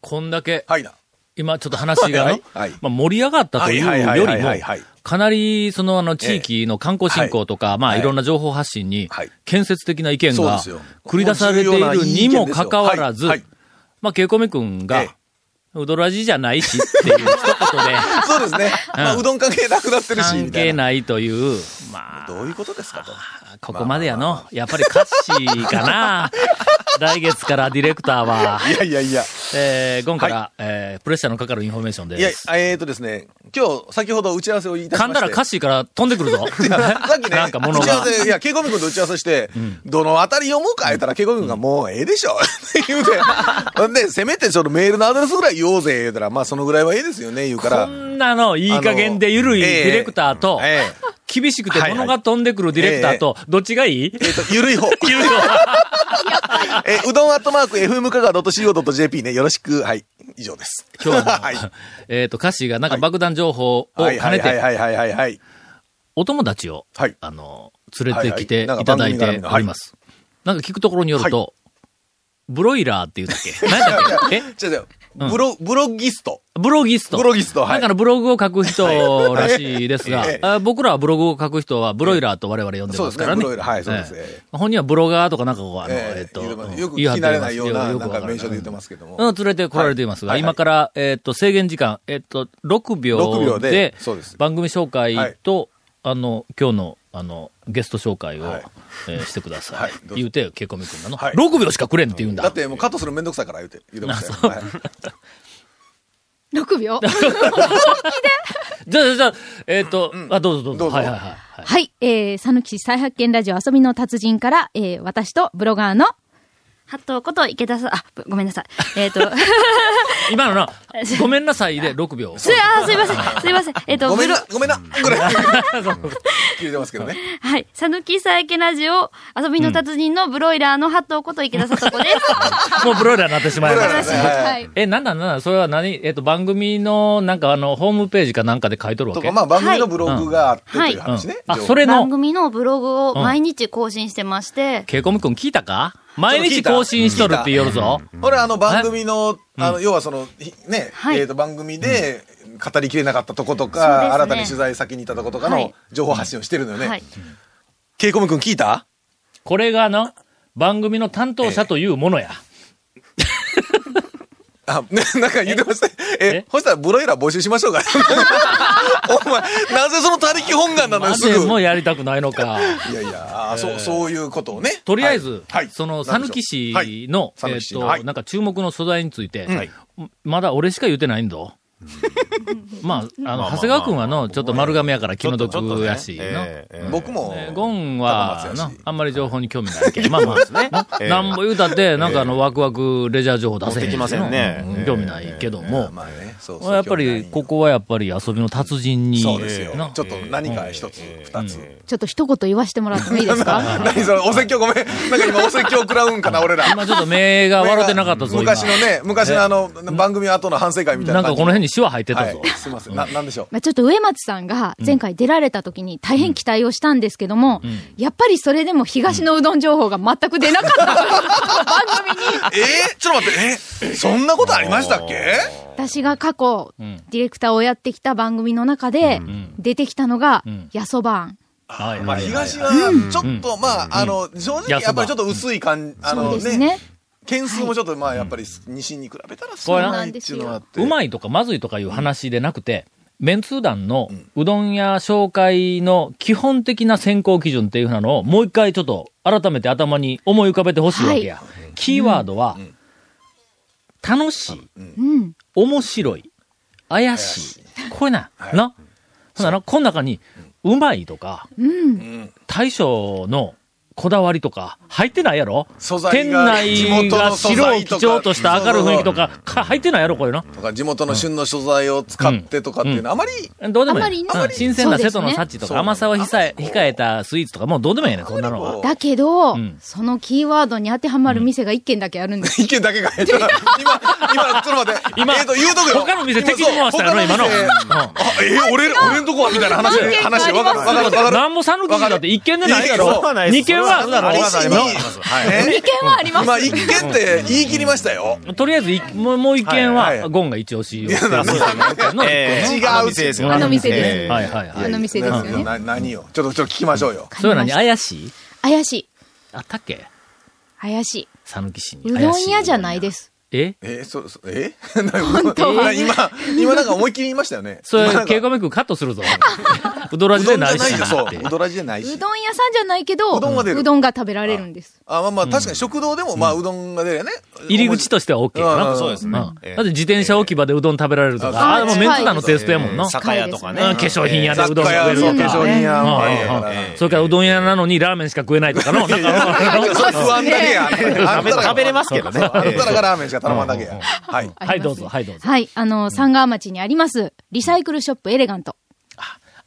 Speaker 1: こんだけ、
Speaker 3: はいな。、
Speaker 1: 今ちょっと話がね
Speaker 3: はい
Speaker 1: まあ、盛り上がったというよ
Speaker 3: は
Speaker 1: り
Speaker 3: い
Speaker 1: も
Speaker 3: はいはいはいはい、
Speaker 1: かなりそのあの地域の観光振興とか、まあ
Speaker 3: はい
Speaker 1: いろんな情報発信に
Speaker 3: はい、
Speaker 1: 建設的な意見
Speaker 3: そうで
Speaker 1: が
Speaker 3: すよ
Speaker 1: 繰り出されているにもかかわらず
Speaker 3: はいはい、
Speaker 1: まあ、ケイコメ君
Speaker 3: ええ
Speaker 1: が、うどらじじゃないしっていう一言で、
Speaker 3: そうですね。まあ、うどん関係なくなってるし、
Speaker 1: 関
Speaker 3: みた
Speaker 1: 係
Speaker 3: いな。
Speaker 1: ないという、まあ、
Speaker 3: どういうことですかと。
Speaker 1: ここまでやの。やっぱり歌詞か な。来月からディレクターは、
Speaker 3: いやいやいや。
Speaker 1: えー、ゴンから、えープレッシャーのかかるインフォメーション
Speaker 3: いや
Speaker 1: です。、
Speaker 3: えっ、ー、とですね、今日今日、先ほど打ち合わせをいたしまして
Speaker 1: 噛んだら歌詞から飛んでくるぞ。
Speaker 3: さっきね、
Speaker 1: なんか物
Speaker 3: 打ち合わ
Speaker 1: が。
Speaker 3: せ、いや、ケイコミ君と打ち合わせして、どのあたり読もうか言ったら、ケイコミ君がもうええでしょって言うて、ほんで、せめてちょっとメールのアドレスぐらい言おうぜ、言うたら、まあそのぐらいはええですよね、言うか
Speaker 1: こ
Speaker 3: ら。
Speaker 1: んなの、いい加減で緩い
Speaker 3: あのええ
Speaker 1: ディレクターと、
Speaker 3: ええ
Speaker 1: 厳しくて物が飛んでくるディレクターと、どっちがいい
Speaker 3: えっと、ゆるい 方。
Speaker 1: 言うよ。
Speaker 3: え、うどんアットマーク、FM かが .co.jp ね、よろしく。はい。以上です。
Speaker 1: 今日は
Speaker 3: はい。
Speaker 1: えっと、歌詞がなんか爆弾情報を兼ね
Speaker 3: はい
Speaker 1: て、
Speaker 3: はいはいはいはい。
Speaker 1: お友達を、
Speaker 3: はい
Speaker 1: あの、連れてきて
Speaker 3: はいいはい
Speaker 1: ただいております。なんか聞くところによると、ブロイラーって言うんだっけ何だっけえ
Speaker 3: 違う違う
Speaker 1: うん。
Speaker 3: ブロ、ブロギスト。
Speaker 1: ブロギスト。
Speaker 3: ブロギストは
Speaker 1: なん
Speaker 3: い
Speaker 1: かのブログを書く人らしいですが、
Speaker 3: はいええ
Speaker 1: あ僕らはブログを書く人はブロイラーと我々呼んでますからね。
Speaker 3: そうですねブロイラーはいそうです
Speaker 1: ええ本人はブロガーとかなんかこう、あの、
Speaker 3: ええ
Speaker 1: えっと、
Speaker 3: 言うてます
Speaker 1: うん
Speaker 3: よく
Speaker 1: 言い張って
Speaker 3: 聞き慣
Speaker 1: ま
Speaker 3: れ
Speaker 1: す
Speaker 3: ないような
Speaker 1: くわら
Speaker 3: なんか名称で言ってますけども
Speaker 1: うん、連れて来られていますが、
Speaker 3: はいはい
Speaker 1: 今から、えっと、制限時間、えっと、6秒
Speaker 3: 6
Speaker 1: で、
Speaker 3: 秒でそうです
Speaker 1: 番組紹介と、あの、今日の、あの、ゲスト紹介を、
Speaker 3: はい
Speaker 1: えーしてください。
Speaker 3: はいどうぞ
Speaker 1: 言うてよ、ケイコミ君がの、
Speaker 3: はい
Speaker 1: 6秒しかくれんって言うんだ。
Speaker 3: だってもうカットするのめんどくさいから言うて、言うてましたよ。はい
Speaker 7: 6秒。
Speaker 1: じゃあ、じゃあ、えっと、あ、どうぞどうぞ。
Speaker 3: どうぞ
Speaker 1: はいはいはい。はい
Speaker 7: はい、えー、さぬき市再発見ラジオ遊びの達人から、えー、私とブロガーの、
Speaker 11: ハットこと池田さん、あ、ぶごめんなさい。えっ、 と、
Speaker 1: 今の な、ごめんなさいで6秒。
Speaker 11: す、あ、すいません、すいません。えっ、と、
Speaker 3: ごめん
Speaker 11: ブロ
Speaker 3: な、ごめんな、ぐらい。言うてますけどね。
Speaker 11: はい、さぬきさえけラジオ、遊びの達人のブロイラーのハットこと池田さとこです。
Speaker 1: もうブロイラーになってしまいました。
Speaker 7: はい。
Speaker 1: え、なんだなんだそれは何えっと、番組の、なんかあの、ホームページかなんかで書いとるわ
Speaker 3: と
Speaker 1: け
Speaker 3: か、まあ番組のブログがあってという話ね
Speaker 1: うん。あ、
Speaker 3: 情報
Speaker 1: それ
Speaker 11: 番
Speaker 1: の、
Speaker 11: 組のブログを毎日更新してまして、
Speaker 1: ケイコム君聞いたか毎日更新しとるって言うぞ。
Speaker 3: これあの番組の、あの、要はその、ひね、
Speaker 11: はい
Speaker 3: えっと番組で語りきれなかったとことか、
Speaker 11: そうですね
Speaker 3: 新たに取材先に行ったとことか
Speaker 11: は
Speaker 3: の
Speaker 11: い
Speaker 3: 情報発信をしてるのよ
Speaker 11: は
Speaker 3: ね
Speaker 11: い。。
Speaker 3: ケイコム君聞いた
Speaker 1: これがの、番組の担当者というものや。
Speaker 3: あ、ね、 なんか言ってました。
Speaker 1: え
Speaker 3: え、そしたらブロイラー募集しま しょうか。お前、なぜその他力本願なの
Speaker 1: ま
Speaker 3: よ、す
Speaker 1: で
Speaker 3: ぐ。
Speaker 1: もやりたくないのか。
Speaker 3: いやいや、あーそう、そういうことをね。
Speaker 1: とりあえず、
Speaker 3: はいはい
Speaker 1: その、
Speaker 3: な
Speaker 1: さ
Speaker 3: ん
Speaker 1: ぬ
Speaker 3: で
Speaker 1: き市
Speaker 3: しょうはい
Speaker 1: の、
Speaker 3: 讃
Speaker 1: えっ
Speaker 3: 岐市
Speaker 1: と、
Speaker 3: のはい
Speaker 1: なんか注目の素材について、
Speaker 3: はい
Speaker 1: まだ俺しか言ってないんだ。まあ、あの、長谷川君はの、ちょっと丸亀やから気の毒やし、の
Speaker 3: 僕も
Speaker 1: えー、ゴン
Speaker 3: 高
Speaker 1: は、
Speaker 3: 松
Speaker 1: な
Speaker 3: やし
Speaker 1: あんまり情報に興味ないけど、まあま あ、
Speaker 4: え
Speaker 1: ななんぼ言うたって、なんかあの、ワクワクレジャー情報出せへんし
Speaker 4: 持ってきませんね
Speaker 1: うん
Speaker 4: ええ
Speaker 1: 興味ないけども、
Speaker 3: まあね、そうそう。
Speaker 1: やっぱ
Speaker 3: 興味
Speaker 1: り、
Speaker 3: ない
Speaker 1: ここはやっぱり遊びの達人に、
Speaker 3: そうですよ。
Speaker 1: な
Speaker 3: ちょっと何か一つ、二つ。
Speaker 7: ちょっと一言言わしてもらってもいいですか
Speaker 3: 何それ、お説教ごめん。なんか今お説教食らうんかな、俺ら。
Speaker 1: 今ちょっと目が笑ってなかったぞ、今。
Speaker 3: 昔のね、昔のあの、番組後の反省会みたい
Speaker 1: な
Speaker 3: なん
Speaker 1: かこ
Speaker 3: 感じ。
Speaker 1: の辺にシワ入ってたぞ
Speaker 3: はい。。すいません。な、なんでしょう。
Speaker 7: まあちょっと上松さんが前回出られた時に大変期待をしたんですけども、やっぱりそれでも東のうどん情報が全く出なかった、番組に。
Speaker 3: えー、ちょっと待って、えそんなことありましたっけ
Speaker 7: 私が過去、
Speaker 1: ん
Speaker 7: ディレクターをやってきた番組の中で、出てきたのが
Speaker 1: ん、
Speaker 7: やそばん。
Speaker 1: はい
Speaker 3: まあ、
Speaker 1: はいはい
Speaker 3: 東は、ちょっと、まあ、あの、正直、やっぱりちょっと薄い感じ、あ
Speaker 7: そう
Speaker 3: の
Speaker 7: です
Speaker 3: ね、
Speaker 7: ね。
Speaker 3: 件数もちょっと、まあ、やっぱり、西に比べたら少ないっていうのがあって。
Speaker 1: うまいとかまずいとかいう話でなくて、メンツー団のうどん屋紹介の基本的な選考基準っていうふうなのをもう一回ちょっと改めて頭に思い浮かべてほしいわけや。キーワードは、楽しい、
Speaker 7: うん。
Speaker 1: 面白い、怪しい。これな、な。ほんなら、この中に、うまいとか、
Speaker 7: うん。
Speaker 1: 大将のこだわりとか、入ってないやろ
Speaker 3: 素材が
Speaker 1: 店内が白を基調とした明るい雰囲気とか、か入ってないやろこれな。
Speaker 3: とか、地元の旬の素材を使ってとかっていうのは、あまり、
Speaker 1: どうでもいい。
Speaker 7: あまりね
Speaker 1: うん新鮮な瀬戸の幸と
Speaker 3: そうです
Speaker 1: か、
Speaker 3: ね
Speaker 1: 甘さをひさえ
Speaker 3: そう
Speaker 1: 控えたスイーツとか、もうどうでもいいねん、そんなのは。
Speaker 7: だけど、
Speaker 1: ん
Speaker 7: そのキーワードに当てはまる店が一軒だけある んです。
Speaker 3: 意見だけが、えっと今、今、ちょっと待って、
Speaker 1: 今
Speaker 3: えっと、言うとくよ。
Speaker 1: 他の店敵に回したよな、今
Speaker 3: 今
Speaker 1: の。
Speaker 3: そうう他店
Speaker 1: ん
Speaker 3: あ、えー、俺、俺んとこはみたいな話で、話、わかる、わかる、わかる。
Speaker 1: なんぼ讃岐市だって一軒でないや
Speaker 3: いや
Speaker 1: ろ
Speaker 3: そうは
Speaker 4: ない
Speaker 1: 二
Speaker 4: です
Speaker 1: 軒はあるだろ
Speaker 3: あれ
Speaker 1: う
Speaker 3: し
Speaker 1: が
Speaker 3: に、
Speaker 1: な
Speaker 3: ね
Speaker 7: 一軒はあります。
Speaker 3: 今、一軒って言い切りましたよ。
Speaker 1: とりあえずい、もうもう一軒
Speaker 3: はいは
Speaker 1: は、
Speaker 3: い
Speaker 1: ゴンが一押しをしてる店の一
Speaker 4: え
Speaker 1: 軒の。
Speaker 4: ーあの店ですよ
Speaker 7: あの店です
Speaker 4: えー
Speaker 1: はいはいはい。
Speaker 7: あの店ですよね。
Speaker 3: な何をちょっと、ちょっと聞きましょうよ。
Speaker 1: それは何怪しい
Speaker 7: 怪しい。
Speaker 1: あったっけ
Speaker 7: 怪し
Speaker 1: 讃岐市に。。
Speaker 7: い。うどん屋じゃないですす。
Speaker 1: え
Speaker 3: えそ、 そえ本当は 今、今なんか思いっきり言いましたよ ね。
Speaker 1: それ
Speaker 3: 今なん、か
Speaker 1: ケイコメ君カットする ぞ。うどらじでないし。
Speaker 3: うどんじゃないよ
Speaker 1: って
Speaker 3: そううどらじじゃないし
Speaker 7: う。どん屋さんじゃないけど、う
Speaker 3: どんは出る
Speaker 7: どんが食べられるんです。
Speaker 3: あ、まあまあ、確かに食堂でも、まあ、うどんが出るよね。
Speaker 1: 入り口としては OK か
Speaker 3: う
Speaker 1: な。
Speaker 3: んそうです
Speaker 1: ね。だって自転車置き場でうどん食べられるとか、あ、
Speaker 3: あ
Speaker 1: もうメンツ団のテイストやもんな。
Speaker 4: 酒屋とかね。
Speaker 1: うん化粧品屋でうどんが食える
Speaker 3: そう
Speaker 1: と
Speaker 3: 化
Speaker 1: か。
Speaker 3: 粧
Speaker 1: うん
Speaker 3: 品屋もあるから
Speaker 1: うんうんそれからうどん屋なのにラーメンしか食えないとかの、なんか
Speaker 3: それ不安だけや。あんたらが
Speaker 4: 食べれますけどね。
Speaker 3: あんたらがラーメンしか頼まんだけや。はい。
Speaker 1: はい、どうぞ、はい、どうぞ。
Speaker 7: はい、あの、三川町にあります、リサイクルショップエレガント。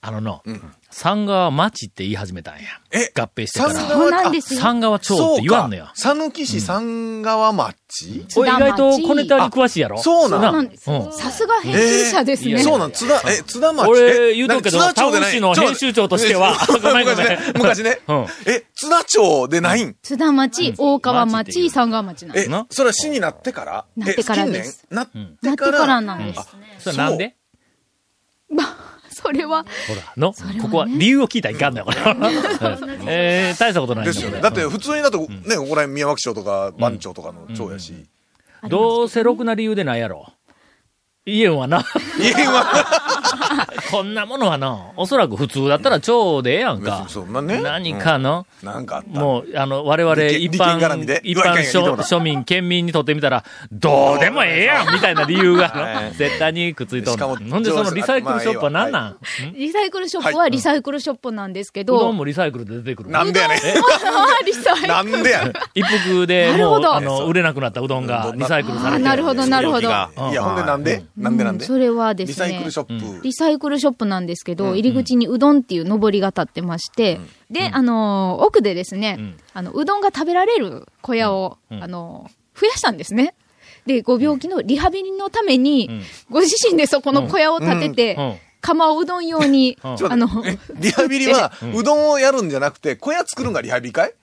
Speaker 1: あのの、三川町って言い始めたんや。
Speaker 3: え
Speaker 1: 合併してか
Speaker 3: 三
Speaker 1: ら。
Speaker 7: そうなんですよ。
Speaker 1: 三川町って言わんのよ。
Speaker 3: 讃岐市三川町
Speaker 1: おい意外と小ネタに詳しいやろ。
Speaker 3: あそうなん
Speaker 7: そうなんです
Speaker 1: う
Speaker 7: よ。
Speaker 1: ん
Speaker 7: さすが編集者です
Speaker 1: え
Speaker 7: ね。
Speaker 1: ー
Speaker 3: そうなん、津田、え、津田町。
Speaker 1: 俺
Speaker 3: え
Speaker 1: 言うとくけど
Speaker 3: なんか津田町でな
Speaker 1: タウ
Speaker 3: い
Speaker 1: ン誌の編集長として は
Speaker 3: ちょっと
Speaker 1: ごめんごめん
Speaker 3: 昔ね、昔ね
Speaker 1: うん。
Speaker 3: え、津田町でないん
Speaker 7: 津田町、大川町、三川町なんです。
Speaker 3: え
Speaker 1: な、
Speaker 3: それは市になってから
Speaker 7: なってからです
Speaker 3: え近
Speaker 7: な
Speaker 3: 年な
Speaker 7: っ
Speaker 3: ってて
Speaker 7: か
Speaker 3: からら
Speaker 7: なんです。
Speaker 1: それなんで
Speaker 7: それは、
Speaker 1: ほら、の、ここは理由を聞いたらいかんのよ、これ。うん えー、大したことないんだ
Speaker 3: です
Speaker 1: け
Speaker 3: よね。
Speaker 1: ど。
Speaker 3: だって普通にだと、ね、ここら辺宮脇町とか番町とかの町やし。
Speaker 1: どうせろくな理由でないやろ。家はな、
Speaker 3: 家は、
Speaker 1: こんなものはな、おそらく普通だったら超でええやん
Speaker 3: 別
Speaker 1: か
Speaker 3: に。そんなね。
Speaker 1: 何かの、
Speaker 3: うん。なんかあった。
Speaker 1: もう、あの、我々
Speaker 3: 利権
Speaker 1: 一般
Speaker 3: 利権絡みで、
Speaker 1: 一般
Speaker 3: 利権絡みで
Speaker 1: 庶庶民、県民にとってみたら、どうでもええやんみたいな理由が
Speaker 3: は
Speaker 1: の、
Speaker 3: い
Speaker 1: 絶対にくっついとんの
Speaker 3: しかも
Speaker 1: ほんで、そのリサイクルショップは何なん、んう
Speaker 7: リサイクルショップはリサイクルショップなんですけど、
Speaker 1: どん もリサイクルで出てくる。
Speaker 3: なんでやねん。
Speaker 7: リサイクル。
Speaker 3: なんでやね ん。
Speaker 1: 一服で
Speaker 7: なる
Speaker 1: も
Speaker 7: ほ
Speaker 1: う
Speaker 7: ど
Speaker 1: あの売れなくなったうどんがリサイクルさ
Speaker 7: あ
Speaker 1: れ
Speaker 7: ー
Speaker 1: て
Speaker 7: なるほど、なるほど。
Speaker 3: いや、ほんでなんでなんでなんで
Speaker 7: それはで
Speaker 3: リ
Speaker 7: すね。
Speaker 3: サイクルショップ。
Speaker 7: リサイクルショップなんですけど、入り口にうどんっていう上りが立ってまして、で、あのー奥でですね、
Speaker 1: ん
Speaker 7: あの、うどんが食べられる小屋を、あのー増やしたんですね。で、ご病気のリハビリのために、ご自身でそこの小屋を建てて、
Speaker 1: うんうん
Speaker 7: 釜をうどん用に、
Speaker 1: ん
Speaker 3: ちょっ
Speaker 7: あ
Speaker 3: と
Speaker 7: の、
Speaker 3: 待って えリハビリは、 うどんをやるんじゃなくて、小屋作るんがリハビリかいう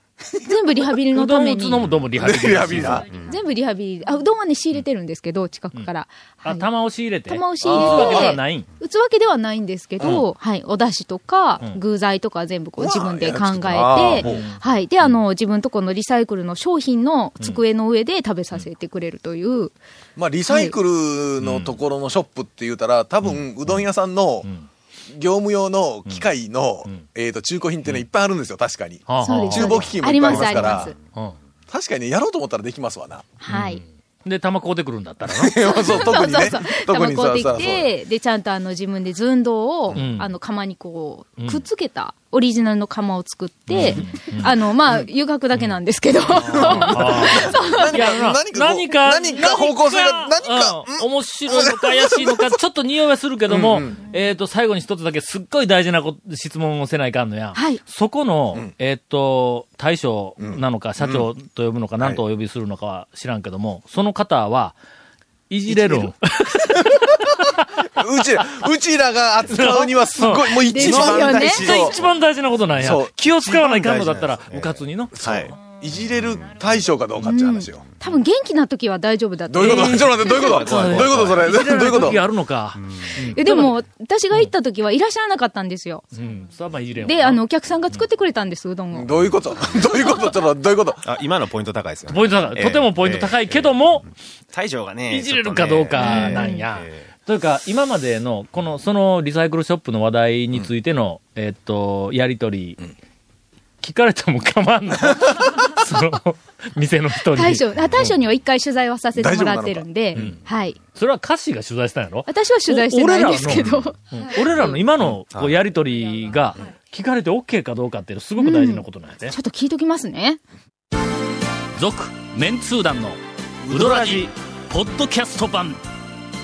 Speaker 7: 全部リハビリの
Speaker 1: う
Speaker 7: た
Speaker 1: どん
Speaker 7: め
Speaker 1: 打
Speaker 7: に
Speaker 1: つの、もどうもリハビリ
Speaker 3: リハビリな。
Speaker 7: 全部リハビリ、あ、うどんはね、仕入れてるんですけど、近くから。
Speaker 1: あ
Speaker 7: はい
Speaker 1: 玉を仕入れて
Speaker 7: 玉を仕
Speaker 1: 打つわ
Speaker 7: 入
Speaker 1: けで
Speaker 7: れ
Speaker 1: は
Speaker 7: て、
Speaker 1: ないん
Speaker 7: 打つわけではないんですけど、はい、お出汁とか、具材とか全部こう自分で考えて、はい、で、あの、自分とこのリサイクルの商品の机の上で食べさせてくれるという、
Speaker 3: まあ、リサイクルのところのショップって言うたら、多分、うどん屋さんの、業務用の機械の、えっと、中古品ってね、いっぱいあるんですよ、確かに。
Speaker 1: はあ
Speaker 7: そう
Speaker 1: は
Speaker 7: です。
Speaker 3: 厨房機器も
Speaker 7: あ
Speaker 3: い
Speaker 7: り
Speaker 3: っぱいあ
Speaker 7: ま
Speaker 3: り
Speaker 7: す、
Speaker 3: ま
Speaker 7: あ
Speaker 3: す
Speaker 7: り
Speaker 3: か
Speaker 7: ます
Speaker 3: ら。。
Speaker 1: あは
Speaker 3: 確かにね、やろうと思ったらできますわ な。
Speaker 7: はい。
Speaker 1: あで玉買うてくるんだったらな
Speaker 3: そう、特にね。 特
Speaker 7: 卵
Speaker 3: に
Speaker 7: 買
Speaker 3: さ
Speaker 7: うて
Speaker 3: さ
Speaker 7: きて、で、ちゃんとあの自分で寸胴を、
Speaker 1: ん
Speaker 7: あの、釜にこう、くっつけた、オリジナルの釜を作って、あの、まあ、遊学だけなんですけど、
Speaker 3: 何
Speaker 1: いやな
Speaker 3: か、何かこう、
Speaker 1: 何か
Speaker 3: 何か方向性が、何か、
Speaker 1: うん面白いのか怪しいの かちょっと匂いはするけどもえっと最後に一つだけすっごい大事なこと質問をせないかんのや
Speaker 7: はい
Speaker 1: そこのえっと大将なのか社長と呼ぶのか何とお呼びするのかは知らんけどもその方はいじれるん
Speaker 3: うちら、うちらが扱うにはすごい、もう一番大事
Speaker 1: 絶対一番大事なことなんや
Speaker 3: そう。
Speaker 1: 気を使わないかんのだったら、部活にの。
Speaker 3: はい。いじれる対象かどうかっていう話よ。
Speaker 7: 多分元気な時は大丈夫だと
Speaker 3: どう
Speaker 7: 思
Speaker 3: いううことちょっと待って、どういうことどういうことそれ
Speaker 1: いじれ
Speaker 3: どういう
Speaker 1: る
Speaker 3: こと
Speaker 1: 時あるのか。
Speaker 7: えでも、私が行った時はいらっしゃらなかったんですよ。
Speaker 1: うん。それはまあいじれんわ
Speaker 7: で、あの、お客さんが作ってくれたんです、うどんを。
Speaker 3: どういうことどういうことちょっとどういうこと
Speaker 4: あ今のポイント高いですよね。
Speaker 1: ポイント高い。
Speaker 4: ええ
Speaker 1: とてもポイント高いけども、
Speaker 4: 大将がね。
Speaker 1: いじれるかどうかなんや。というか、今までの、この、そのリサイクルショップの話題についての、えっと、やりとり、聞かれても構わんの。 その、店の人に。
Speaker 7: 大将、あ大将には一回取材はさせてもらってるんで、はい。
Speaker 1: それは歌詞が取材したんやろ
Speaker 7: 私は取材してないんですけど、
Speaker 1: うん俺らの今のこうやりとりが聞かれて OK かどうかっていうのすごく大事なことなんやね
Speaker 7: ちょ。っと聞いときますね。
Speaker 1: 続、メンツー団のウドラジポッドキャスト版。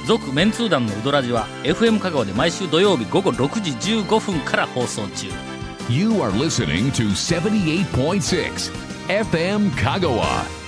Speaker 1: 続、メンツー団のウドラジは FM 香川で毎週土曜日午後6時15分から放送中。
Speaker 2: You are listening to 78.6 FM Kagawa.